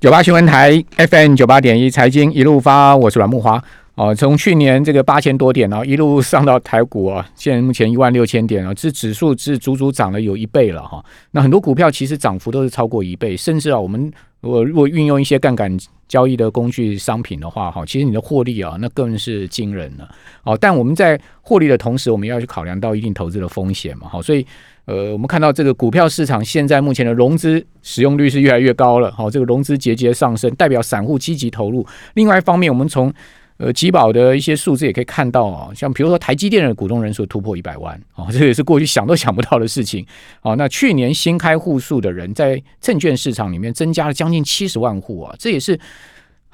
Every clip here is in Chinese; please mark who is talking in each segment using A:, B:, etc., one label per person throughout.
A: 九八新闻台 FM 九八点一财经一路发，我是阮木华。哦，从去年这个八千多点哦，一路上到台股啊、哦，现在目前一万六千点啊、哦，这指数是足足涨了有一倍了哈、哦。那很多股票其实涨幅都是超过一倍，甚至啊，我们我如果运用一些杠杆交易的工具商品的话，哈，其实你的获利啊，那更是惊人了。哦，但我们在获利的同时，我们要去考量到一定投资的风险嘛，哈，所以。呃，我们看到这个股票市场现在目前的融资使用率是越来越高了，好、哦，这个融资节节上升，代表散户积极投入。另外一方面，我们从呃集宝的一些数字也可以看到啊、哦，像比如说台积电的股东人数突破一百万，哦，这也是过去想都想不到的事情。哦，那去年新开户数的人在证券市场里面增加了将近七十万户啊，这也是。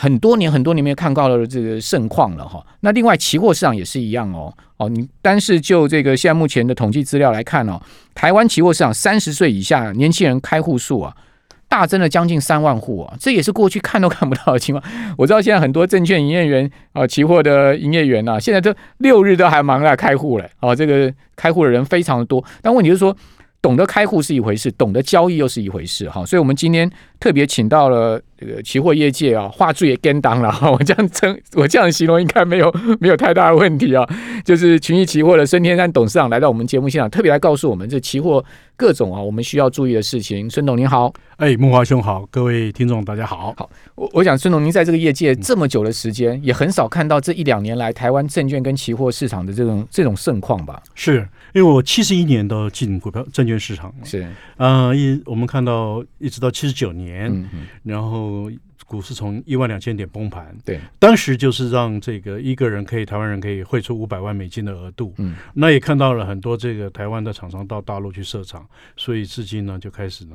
A: 很多年很多年没有看到了这个盛况了哈。那另外期货市场也是一样哦哦，你单是就这个现在目前的统计资料来看哦，台湾期货市场三十岁以下年轻人开户数啊，大增了将近三万户啊，这也是过去看都看不到的情况。 我知道现在很多证券营业员啊、呃，期货的营业员呐、啊，现在都六日都还忙着开户嘞哦，这个开户的人非常的多。但问题是说。懂得开户是一回事，懂得交易又是一回事，哈，所以我们今天特别请到了这个期货业界啊，话术也跟当了哈，我这样称，我这样形容应该没有没有太大的问题啊，就是群益期货的孙天山董事长来到我们节目现场，特别来告诉我们这期货各种啊我们需要注意的事情。孙董您好，
B: 哎，木华兄好，各位听众大家好，
A: 好，我我想孙董您在这个业界这么久的时间，嗯、也很少看到这一两年来台湾证券跟期货市场的这种这种盛况吧？
B: 是。因为我七十一年都进股票证券市场了，
A: 是，
B: 呃，一我们看到一直到七十九年，嗯、然后股市从一万两千点崩盘，
A: 对，
B: 当时就是让这个一个人可以台湾人可以汇出五百万美金的额度，嗯，那也看到了很多这个台湾的厂商到大陆去设厂，所以至今呢就开始呢。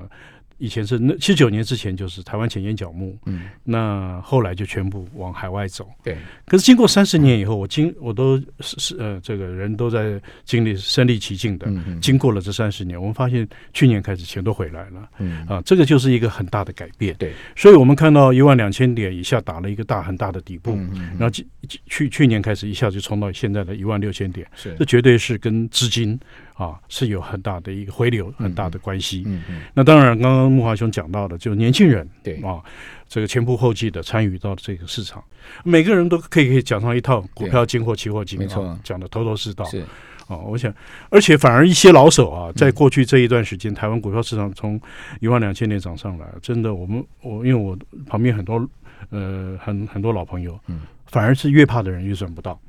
B: 以前是那七九年之前就是台湾前烟角木，嗯，那后来就全部往海外走，
A: 对。
B: 可是经过三十年以后，我经我都是是呃，这个人都在经历身临其境的，嗯、经过了这三十年，我们发现去年开始钱都回来了，嗯啊，这个就是一个很大的改变，
A: 对。
B: 所以我们看到一万两千点以下打了一个大很大的底部，嗯、然后去去去年开始一下就冲到现在的一万六千点，
A: 是
B: 这绝对是跟资金。啊，是有很大的一个回流，很大的关系。嗯嗯。嗯嗯那当然，刚刚木华兄讲到的，就年轻人
A: 对
B: 啊，这个前仆后继的参与到这个市场，每个人都可以可以讲上一套股票、期货、期货、金，
A: 没错、啊，
B: 讲的头头是道。
A: 是
B: 哦、啊，我想，而且反而一些老手啊，在过去这一段时间，嗯、台湾股票市场从一万两千点涨上来，真的，我们我因为我旁边很多呃很很多老朋友，嗯。反而是越怕的人越赚不 到，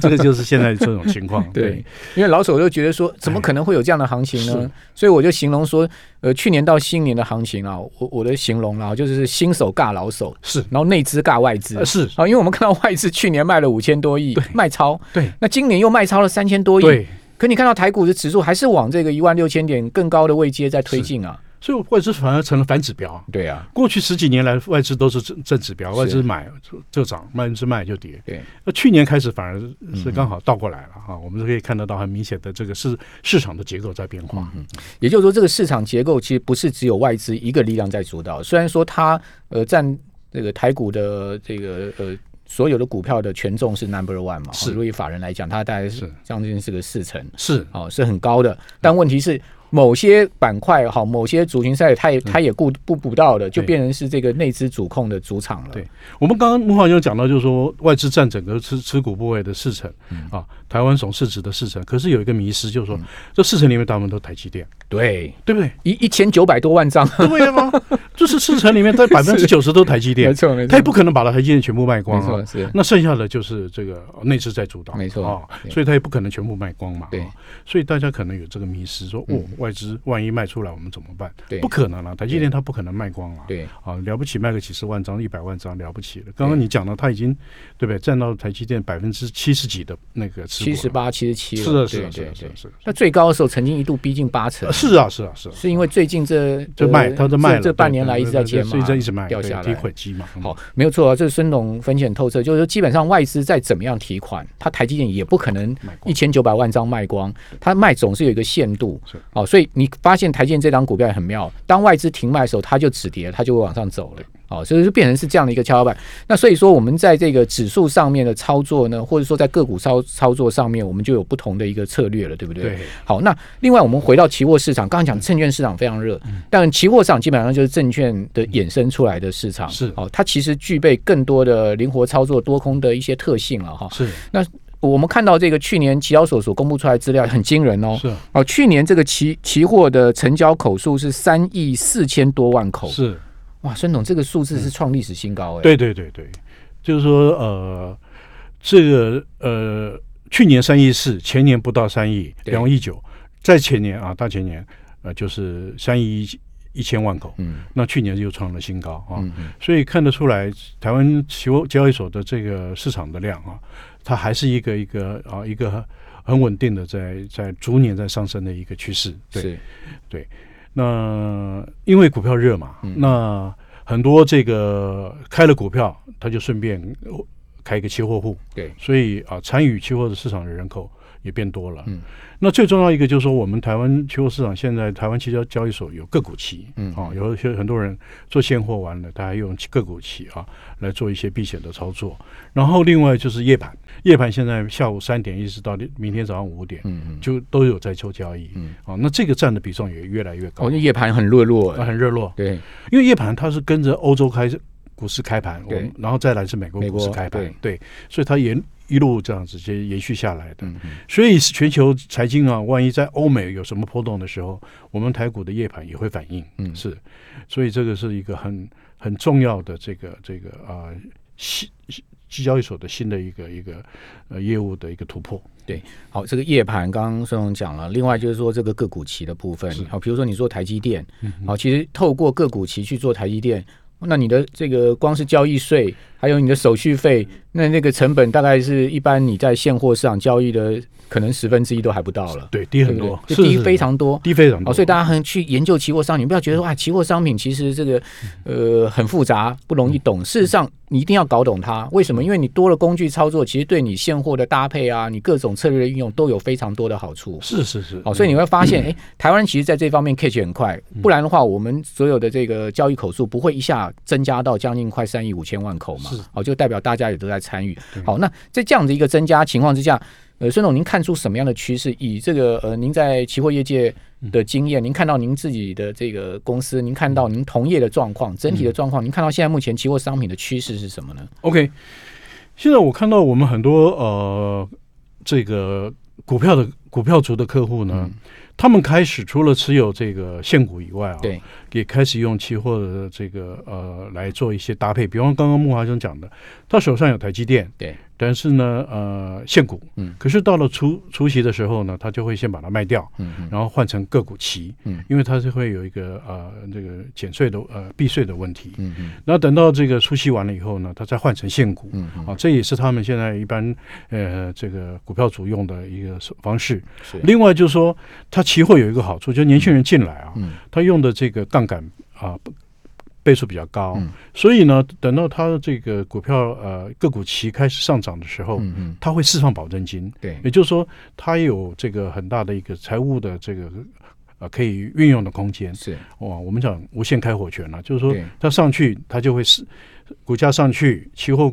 B: 这个就是现在这种情况。
A: 对，对因为老手就觉得 说，怎么可能会有这样的行情呢？所以我就形容说，呃，去年到新年的行情啊，我我的形容啊，就是新手尬老手，
B: 是，
A: 然后内资尬外资，
B: 呃、是
A: 啊，因为我们看到外资去年卖了五千多亿，卖超，
B: 对，
A: 那今年又卖超了三千多亿，
B: 对，
A: 可你看到台股的指数还是往这个一万六千点更高的位阶在推进啊。
B: 所以外资反而成了反指标。
A: 对啊，
B: 过去十几年来，外资都是正正指标，外资买就涨，外资卖就跌。
A: 对，
B: 那去年开始反而是刚好倒过来了哈、嗯啊，我们是可以看得到很明显的这个市市场的结构在变化。
A: 嗯，也就是说，这个市场结构其实不是只有外资一个力量在主导，虽然说它呃占这个台股的这个呃。所有的股票的权重是 number one 嘛？哦
B: 是，
A: 对于法人来讲，它大概是将近是个四成，
B: 是
A: 哦，是很高的。但问题是，某些板块哈，某些族群赛，它
B: 嗯
A: 也它也顾不不到的，就变成是这个内资主控的主场了。
B: 对，我们刚刚木浩兄讲到，就是说外资占整个持持股部位的四成、嗯、啊，台湾总市值的四成。可是有一个迷失，就是说、嗯、这四成里面大部分都台积电，
A: 对
B: 对 不对？
A: 一一千九百多万张，
B: 对吗？就是四成里面 在百分之九十都台积电，
A: 没错没错，
B: 他也不可能把台积电全部卖
A: 啊，
B: 光、
A: 没错是。
B: 那剩下的就是这个呃内资在主导，
A: 没错
B: 啊，所以他也不可能全部卖光嘛，
A: 对、嗯
B: 啊。所以大家可能有这个迷失，说哦，外资万一卖出来我们怎么办？
A: 对，
B: 不可能了、啊，台积电它不可能卖光啊，
A: 对
B: 啊，了不起卖个几十万张、一百万张了不起了。刚刚你讲到他已经对不对，占到台积电百分之七十几的那个持股，
A: 七十八、七十七，
B: 是的，是的，是的，
A: 是的。那最高的时候曾经一度逼近八成，
B: 是啊，是啊，是啊，
A: 是因为最近这
B: 这卖他都卖了
A: 呃这半年。来一直在减码，
B: 所以在一直卖
A: 掉下来，
B: 提款机嘛。嗯
A: 好、哦，没有错啊，这是孙董风险透彻，就是说基本上外资再怎么样提款，它台积电也不可能一千九百万张卖光，它卖总是有一个限度。哦，所以你发现台积电这张股票也很妙，当外资停卖的时候，它就止跌，它就会往上走了。哦，所以就变成是这样的一个跷跷板。那所以说，我们在这个指数上面的操作呢，或者说在个股操操作上面，我们就有不同的一个策略了，对不对？
B: 对，
A: 好，那另外我们回到期货市场，刚刚讲证券市场非常热，但期货市场基本上就是证券的衍生出来的市场，
B: 是
A: 哦，它其实具备更多的灵活操作多空的一些特性了哈。
B: 是
A: 我们看到这个去年期交所所公布出来的资料很惊人哦，
B: 是
A: 哦，去年这个期期货的成交口数是三亿四千多万口，
B: 是，
A: 哇，孙总这个数字是创历史新高哎，，
B: 对对对对，就是说呃，这个呃，去年三亿四，前年不到三亿，
A: 对
B: 两亿九，在前年啊，大前年呃，就是三亿一一千万口，
A: 嗯
B: 那去年又创了新高啊，
A: 嗯嗯，
B: 所以看得出来，台湾期货交易所的这个市场的量啊，它还是一个一个啊一个很稳定的在在逐年在上升的一个趋势，对。
A: 是
B: 那因为股票热嘛，
A: 嗯
B: 那很多这个开了股票，他就顺便呃开一个期货户，
A: 对
B: 所以啊，参与期货的市场的人口也变多了。
A: 嗯，
B: 那最重要一个就是说，我们台湾期货市场现在台湾期交交易所有个股期，
A: 嗯
B: 啊，有一些很多人做现货完了，他还用个股期啊来做一些避险的操作。然后另外就是夜盘，夜盘现在下午三点一直到明天早上五点。
A: 嗯嗯，
B: 就都有在做交易，
A: 嗯，
B: 啊，那这个占的比重也越来越高
A: 哦，那，夜盘很热络
B: 啊
A: 哎，
B: 很热络，
A: 对，
B: 因为夜盘它是跟着欧洲开始股市开盘，
A: 对
B: 我们然后再来是美国
A: 美
B: 股市
A: 国
B: 开盘
A: 对，
B: 对，所以它沿一路这样子就延续下来的。
A: 嗯嗯
B: 所以全球财经啊，万一在欧美有什么波动的时候，我们台股的夜盘也会反应，
A: 嗯
B: 是，所以这个是一个很很重要的这个这个啊新。期交易所的新的一个一个呃业务的一个突破，
A: 好，这个夜盘刚刚孙总讲了，另外就是说这个个股期的部分
B: 是，嗯
A: 好，比如说你做台积电，好，其实透过个股期去做台积电，那你的这个光是交易税，还有你的手续费，那那个成本大概是一般你在现货市场交易的可能十分之一都还不到了，
B: 对，低
A: 对
B: 很
A: 不对
B: 多，
A: 就是低
B: 是
A: 非常多。
B: 低非常
A: 哦，
B: 多，
A: 所以大家很去研究期货商品，不要觉得说啊，期货商品其实这个呃很复杂，不容易懂。事实上，你一定要搞懂它。为什么？因为你多了工具操作，其实对你现货的搭配啊，你各种策略的运用都有非常多的好处。
B: 是是是，
A: 哦，所以你会发现，哎、台湾人其实在这方面 catch 很快，不然的话，我们所有的这个交易口数不会一下增加到将近快三亿五千万口嘛
B: 是，
A: 哦，就代表大家也都在参与。好，那在这样的一个增加情况之下，呃，孙总，您看出什么样的趋势？以这个呃，您在期货业界的经验，您看到您自己的这个公司，您看到您同业的状况，整体的状况，您看到现在目前期货商品的趋势是什么呢？
B: OK，现在我看到我们很多呃，这个股票的股票族的客户
A: 嗯
B: 呢，他们开始除了持有这个现股以外啊，
A: 对，
B: 也开始用期货的这个呃来做一些搭配。比方刚刚穆华生讲的，他手上有台积电，
A: 对，
B: 但是呢，呃，现股，
A: 嗯，
B: 可是到了除除夕的时候呢，他就会先把它卖掉，
A: 嗯嗯
B: 然后换成个股期，
A: 嗯，
B: 因为它是会有一个呃这个减税的呃避税的问题，
A: 嗯嗯
B: 那等到这个出息完了以后呢，它再换成现股。
A: 嗯嗯，
B: 啊，这也是他们现在一般呃这个股票主用的一个手方式。
A: 是，
B: 另外就是说，它期货有一个好处，就是年轻人进来啊，
A: 嗯
B: 他用的这个杠杆啊倍数比较高，
A: 嗯
B: 所以呢，等到他的这个股票呃个股期开始上涨的时候，
A: 嗯嗯，
B: 他会释放保证金，
A: 对，
B: 也就是说，他有这个很大的一个财务的这个呃可以运用的空间。
A: 是，
B: 哇，我们讲无限开火权了、啊就是说
A: 对
B: 它上去，它就会释股价上去，期货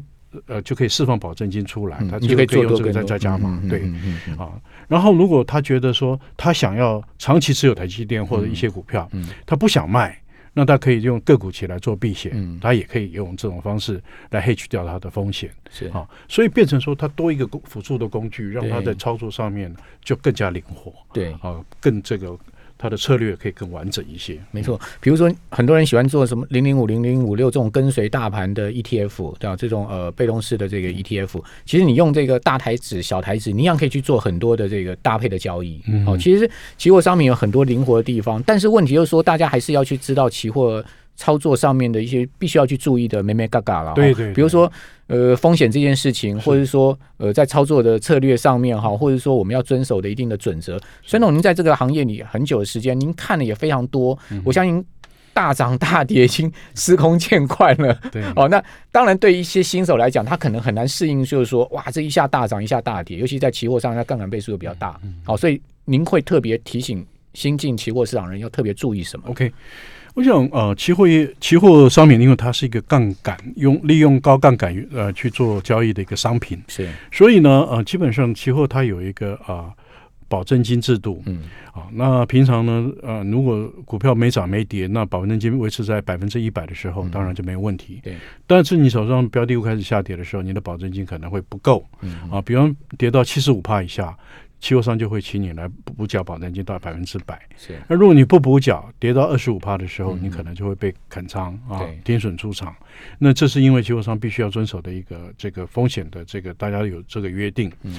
B: 呃就可以释放保证金出来，它
A: 嗯你就可以
B: 最
A: 做
B: 后用
A: 多
B: 这个
A: 更
B: 再
A: 多，
B: 再加码
A: 嗯，嗯嗯
B: 对
A: 嗯嗯嗯
B: 啊。然后如果他觉得说他想要长期持有台积电或者一些股票，
A: 嗯
B: 他不想卖。那他可以用个股期来做避险，
A: 嗯
B: 他也可以用这种方式来 hedge 掉他的风险
A: 是
B: 啊，所以变成说他多一个工辅助的工具，让他
A: 对
B: 在操作上面就更加灵活
A: 对，
B: 啊，更这个他的策略可以更完整一些。
A: 没错。比如说，很多人喜欢做什么零零五零零五六这种跟随大盘的 ETF，对吧？这种呃被动式的这个 ETF，其实你用这个大台子、小台子，你一样可以去做很多的这个搭配的交易。
B: 嗯
A: 哦，其实期货商品有很多灵活的地方，但是问题就是说，大家还是要去知道期货。操作上面的一些必须要去注意的，咩咩嘎嘎了哈。
B: 对对对
A: 比如说呃风险这件事情，或者说呃在操作的策略上面哈，或者说我们要遵守的一定的准则。孙总，您在这个行业里很久的时间，您看的也非常多，
B: 嗯
A: 我相信大涨大跌已经司空见惯了。
B: 对，
A: 哦，那当然，对一些新手来讲，他可能很难适应，就是说，哇，这一下大涨，一下大跌，尤其在期货上，它杠杆倍数又比较哦大。好、所以您会特别提醒新进期货市场人要特别注意什么？
B: OK，我想，呃，期货业、期货商品，因为它是一个杠杆，用利用高杠杆呃去做交易的一个商品，
A: 是，
B: 所以呢，呃，基本上期货它有一个啊、呃保证金制度
A: 嗯
B: 啊。那平常呢，呃，如果股票没涨没跌，那保证金维持在百分之一百的时候，
A: 嗯
B: 当然就没有问题。
A: 对，
B: 但是你手上标的物开始下跌的时候，你的保证金可能会不够
A: 嗯
B: 啊，比方跌到七十五帕以下。期货商就会请你来补补缴保证金到百分之百，
A: 是，
B: 那如果你不补缴，跌到二十五趴的时候，
A: 嗯
B: 你可能就会被砍仓啊
A: 对，
B: 停损出场。那这是因为期货商必须要遵守的一个这个风险的这个大家有这个约定。
A: 嗯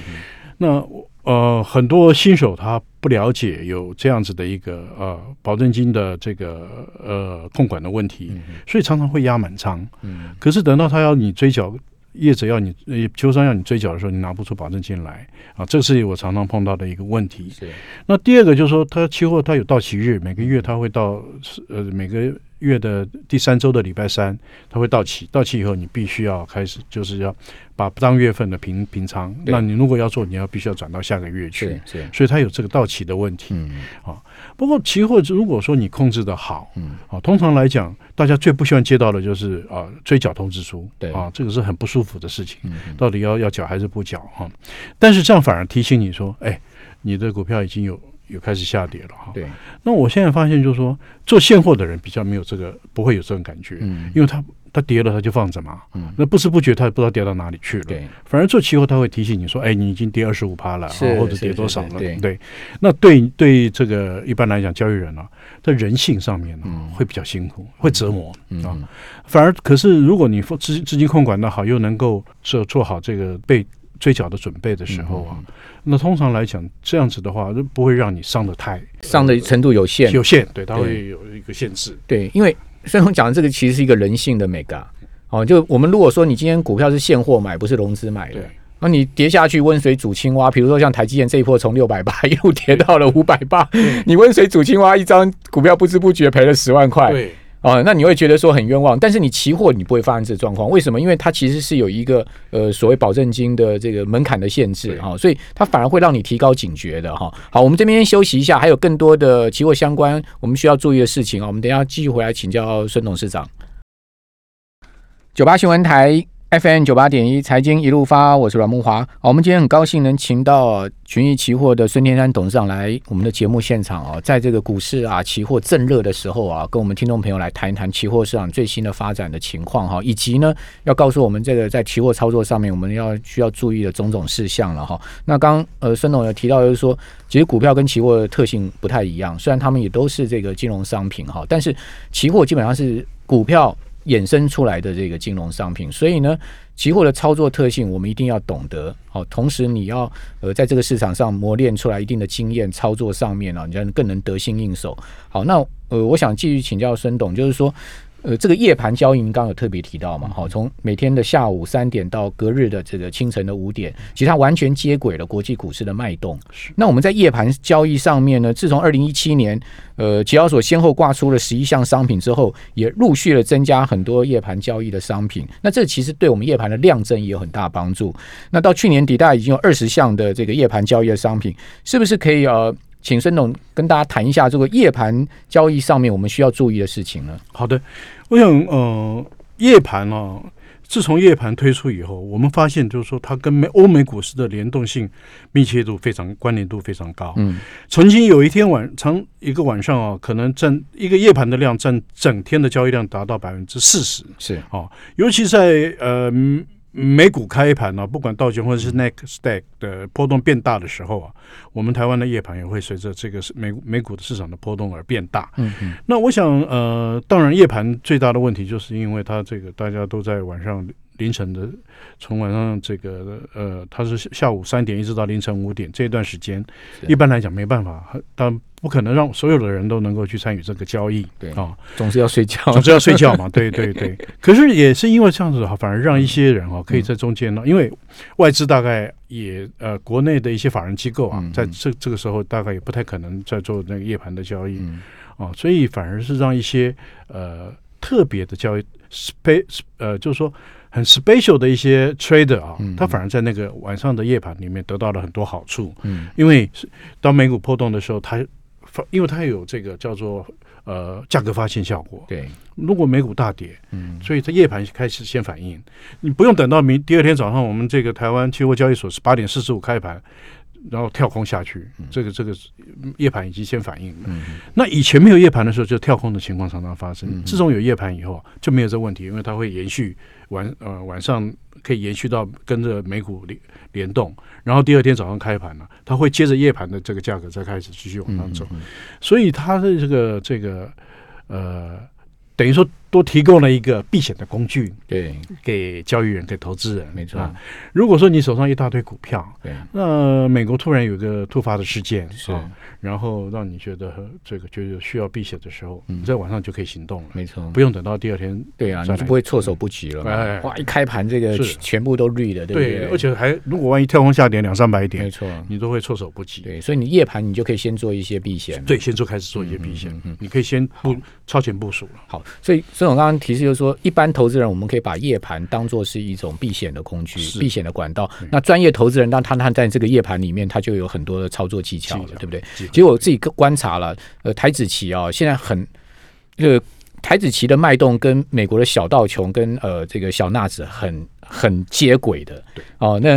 B: 那我呃，很多新手他不了解有这样子的一个呃保证金的这个呃控管的问题，
A: 嗯
B: 所以常常会压满仓。
A: 嗯
B: 可是等到他要你追缴，业者要你呃，秋商要你追缴的时候，你拿不出保证金来啊，这是我常常碰到的一个问题。
A: 是，
B: 那第二个就是说，它期货它有到期日，每个月它会到呃每个月的第三周的礼拜三，它会到期。到期以后，你必须要开始就是要把当月份的平平仓。
A: 对
B: 那你如果要做，你要必须要转到下个月去
A: 是。是，
B: 所以它有这个到期的问题。
A: 嗯
B: 不过期货如果说你控制的好，
A: 嗯
B: 啊，通常来讲，大家最不希望接到的就是啊追缴通知书，
A: 对
B: 啊，这个是很不舒服的事情。
A: 嗯，
B: 到底要要缴还是不缴哈、但是这样反而提醒你说，哎，你的股票已经有有开始下跌了哈、
A: 对，
B: 那我现在发现就是说，做现货的人比较没有这个，不会有这种感觉，
A: 嗯
B: 因为他他跌了他就放着嘛，
A: 嗯
B: 那不知不觉他也不知道跌到哪里去了。
A: 对，
B: 反而做期货他会提醒你说，哎，你已经跌二十五趴了，啊
A: 是
B: 或者
A: 是
B: 跌多
A: 是
B: 少
A: 是
B: 了？
A: 对
B: 那对对这个一般来讲交易人啊，在人性上面呢、
A: 嗯
B: 会比较辛苦，会折磨。啊
A: 嗯
B: 反而，可是如果你风资资金控管的好，又能够做做好这个被追缴的准备的时候啊，那通常来讲，这样子的话，就不会让你伤得太
A: 上的程度有限，
B: 有限，对，它
A: 对
B: 会有一个限制。
A: 对，因为孙总讲的这个其实是一个人性的美感。哦，就我们如果说你今天股票是现货买，不是融资买的
B: 对，
A: 那你跌下去温水煮青蛙，比如说像台积电这一波从六百八 一路跌到了五百八，你温水煮青蛙一张股票不知不觉赔了十万块，
B: 对，
A: 哦，那你会觉得说很冤枉，但是你期货你不会发生这状况，为什么？因为它其实是有一个呃所谓保证金的这个门槛的限制
B: 对
A: 哈、所以它反而会让你提高警觉的哈、好，我们这边休息一下，还有更多的期货相关我们需要注意的事情啊、我们等一下继续回来请教孙董事长。九八新闻台 FM 九八点一财经一路发，我是阮木华。好，我们今天很高兴能请到群益期货的孙天山董事长来我们的节目现场哦，在这个股市啊期货正热的时候啊，跟我们听众朋友来谈一谈期货市场最新的发展的情况哈、以及呢要告诉我们这个在期货操作上面我们要需要注意的种种事项了哈、那刚呃孙董有提到就是说，其实股票跟期货的特性不太一样，虽然他们也都是这个金融商品哈、但是期货基本上是股票衍生出来的这个金融商品，所以呢，期货的操作特性我们一定要懂得。好、同时你要呃在这个市场上磨练出来一定的经验，操作上面啊，你才能更能得心应手。好，那呃，我想继续请教孙董，就是说。呃，这个夜盘交易，您刚刚有特别提到嘛？好，从每天的下午三点到隔日的这个清晨的五点，其实它完全接轨了国际股市的脉动。那我们在夜盘交易上面呢，自从二零一七年呃，期交所先后挂出了十一项商品之后，也陆续的增加很多夜盘交易的商品。那这其实对我们夜盘的量增也有很大帮助。那到去年底，大概已经有二十项的这个夜盘交易的商品，是不是可以呃，请孙董跟大家谈一下这个夜盘交易上面我们需要注意的事情呢？
B: 好的，我想，呃，夜盘哦，自从夜盘推出以后，我们发现就是说，它跟美欧美股市的联动性、密切度非常、关联度非常高。
A: 嗯，
B: 曾经有一天晚长一个晚上啊，可能占一个夜盘的量占整天的交易量达到百分之四十，
A: 是
B: 尤其在呃嗯美股开盘呢、啊，不管道琼或者是 n e s t a q 的波动变大的时候啊，我们台湾的夜盘也会随着这个是美美股的市场的波动而变大。
A: 嗯嗯
B: 那我想，呃，当然夜盘最大的问题就是因为它这个大家都在晚上凌晨的，从晚上这个呃，它是下午三点一直到凌晨五点这段时间，
A: 是
B: 一般来讲没办法，但不可能让所有的人都能够去参与这个交易，
A: 对
B: 啊，
A: 总是要睡觉。
B: 总之要睡 觉嘛，对对对。可是也是因为这样子哈，反而让一些人哦，可以
A: 嗯
B: 在中间呢，因为外资大概也呃，国内的一些法人机构啊
A: 嗯，
B: 在
A: 嗯
B: 这这个时候大概也不太可能在做那个夜盘的交易，
A: 嗯
B: 哦，所以反而是让一些呃特别的交易 spe 呃，就是说很 special 的一些 trader 啊
A: 嗯，
B: 他反而在那个晚上的夜盘里面得到了很多好处，
A: 嗯
B: 因为是当美股波动的时候，他发因为它有这个叫做呃价格发现效果。
A: 对，
B: 如果美股大跌，
A: 嗯，
B: 所以它夜盘开始先反应，你不用等到明第二天早上，我们这个台湾期货交易所是八点四十五开盘，然后跳空下去，这个这个夜盘已经先反应了。
A: 嗯
B: 那以前没有夜盘的时候，就跳空的情况常常发
A: 嗯
B: 生。自从有夜盘以后，就没有这问题，因为它会延续晚呃晚上可以延续到跟着美股联联动，然后第二天早上开盘了，它会接着夜盘的这个价格再开始继续往上
A: 嗯
B: 走，所以它的这个这个呃，等于说多提供了一个避险的工具
A: 对，
B: 给交易人、给投资人。
A: 没错，
B: 啊如果说你手上一大堆股票，
A: 对，
B: 那美国突然有一个突发的事件
A: 是
B: 啊，然后让你觉得呃这个觉得需要避险的时候，
A: 嗯
B: 你在晚上就可以行动了，
A: 没错
B: 不，用等到第二天。
A: 对啊，
B: 再
A: 你
B: 来
A: 就不会措手不及了
B: 哎哎
A: 嘛
B: 哎。
A: 哇，一开盘这个
B: 是
A: 全部都绿的，对不对？
B: 而且还如果万一跳空下跌两三百点
A: 没，错，
B: 你都会措手不及。
A: 对，所以你夜盘你就可以先做一些避险。
B: 对，先做开始做一些避
A: 嗯
B: 险
A: 嗯嗯，
B: 你可以先部超前部署了。
A: 好，所以孙总刚刚提示就是说，一般投资人我们可以把夜盘当做是一种避险的工具、
B: 是嗯
A: 避险的管道。那专业投资人，当他他在这个夜盘里面，他就有很多的操作技巧了
B: 技，巧
A: 对不对？
B: 技巧
A: 其实我自己观察了，呃，台子期啊、现在很这个台子期的脉动跟美国的小道琼跟呃这个小纳指很很接轨的。
B: 对，
A: 哦，那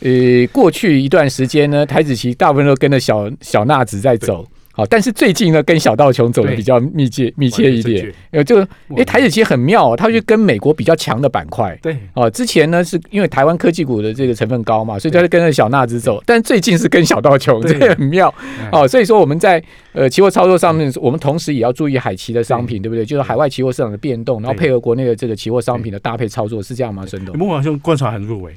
A: 呃过去一段时间呢，台子期大部分都跟着小小纳指在走。好，但是最近呢，跟小道琼走的
B: 对
A: 比较密切密切一点
B: 完全正确，
A: 呃，就
B: 我
A: 哎，台子期很妙、哦，它去跟美国比较强的板块。
B: 对
A: 哦，之前呢是因为台湾科技股的这个成分高嘛，所以它就跟着小纳指走，但最近是跟小道琼，这
B: 对哎
A: 个很妙哦。所以说我们在呃期货操作上面，我们同时也要注意海期的商品，对不对？就是海外期货市场的变动，然后
B: 对
A: 配合国内的这个期货商品的搭配操作，是这样吗？孙董？
B: 孟晚兄观察很入围，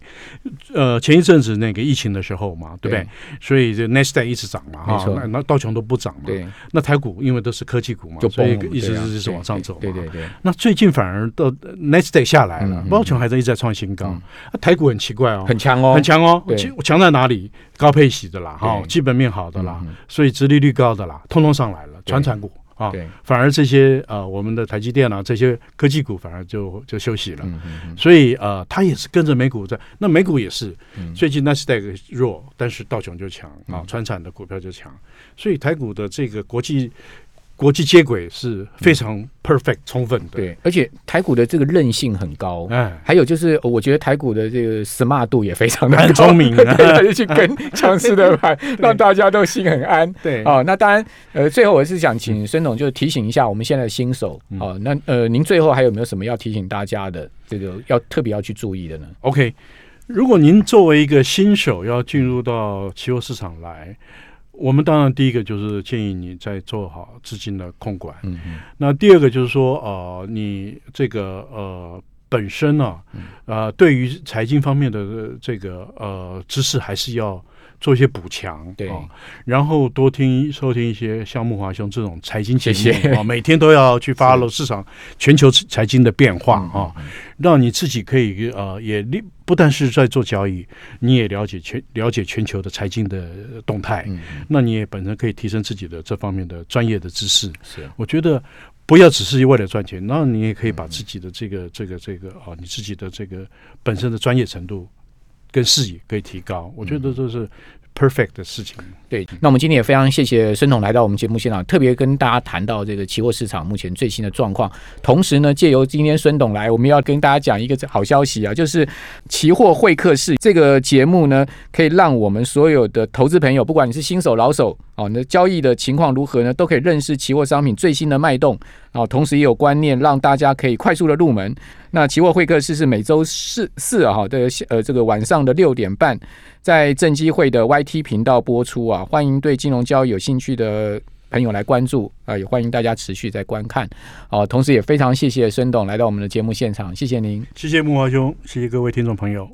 B: 呃，前一阵子那个疫情的时候嘛，对不对？所以这 n e s t a 一直涨嘛，
A: 没
B: 哈
A: 错，
B: 那那道琼都不涨嘛，
A: 对，
B: 那台股因为都是科技股嘛，
A: 就
B: 所
A: 崩
B: 以
A: 了，
B: 一直
A: 对啊
B: 一直往上走嘛，
A: 对对对，
B: 那最近反而到 next day 下来了
A: 嗯嗯，
B: 包琼还在一直在创新高，
A: 嗯
B: 啊台股很奇怪哦，
A: 很强哦，
B: 很强哦
A: 对，
B: 其强在哪里？高配息的啦，哈
A: 对，
B: 基本面好的啦
A: 嗯嗯，
B: 所以殖利率高的啦，通通上来了，
A: 对
B: 传产股啊，
A: 对，
B: 反而这些呃我们的台积电啊这些科技股反而就就休息了。
A: 嗯嗯嗯，
B: 所以呃，它也是跟着美股在，那美股也是
A: 嗯
B: 最近纳斯达克弱，但是道琼就强啊
A: 嗯，
B: 川产的股票就强，所以台股的这个国际国际接轨是非常 perfect 充分的。
A: 嗯对，而且台股的这个韧性很高，
B: 哎，
A: 还有就是，呃我觉得台股的这个 smart 度也非常的
B: 很
A: 高
B: 聪明，
A: 对，他就去跟强势的盘，让大家都心很安。
B: 对啊
A: 哦，那当然，呃，最后我是想请孙总就提醒一下我们现在的新手，哦，那呃，您最后还有没有什么要提醒大家的，这个要特别要去注意的呢？
B: OK，如果您作为一个新手要进入到期货市场来，我们当然第一个就是建议你在做好资金的控管。
A: 嗯嗯，
B: 那第二个就是说，呃，你这个呃本身啊，
A: 嗯
B: 呃，对于财经方面的呃这个呃知识还是要做一些补强，
A: 对
B: 啊然后多听收听一些像木华兄这种财经节目
A: 谢谢
B: 啊，每天都要 去 follow 市场全球财经的变化
A: 嗯
B: 啊，让你自己可以呃也利不但是在做交易，你也了解全了解全球的财经的动态，
A: 嗯
B: 那你也本身可以提升自己的这方面的专业的知识。
A: 是，
B: 我觉得不要只是为了赚钱，那你也可以把自己的这个、这个、这个啊，你自己的这个本身的专业程度跟视野可以提高。我觉得这是 perfect 的事情。
A: 对。那我们今天也非常谢谢孙总来到我们节目现场，特别跟大家谈到这个期货市场目前最新的状况。同时呢，借由今天孙董来，我们要跟大家讲一个好消息啊，就是期货会客室这个节目呢，可以让我们所有的投资朋友，不管你是新手老手哦，你的交易的情况如何呢，都可以认识期货商品最新的脉动哦，同时也有观念，让大家可以快速的入门。那期货会客室是每周四四啊哈的呃这个晚上的六点半，在正机会的 YT 频道播出啊，欢迎对金融交易有兴趣的朋友来关注啊、也欢迎大家持续在观看哦。同时也非常谢谢孙董来到我们的节目现场，谢谢您。
B: 谢谢木华兄，谢谢各位听众朋友。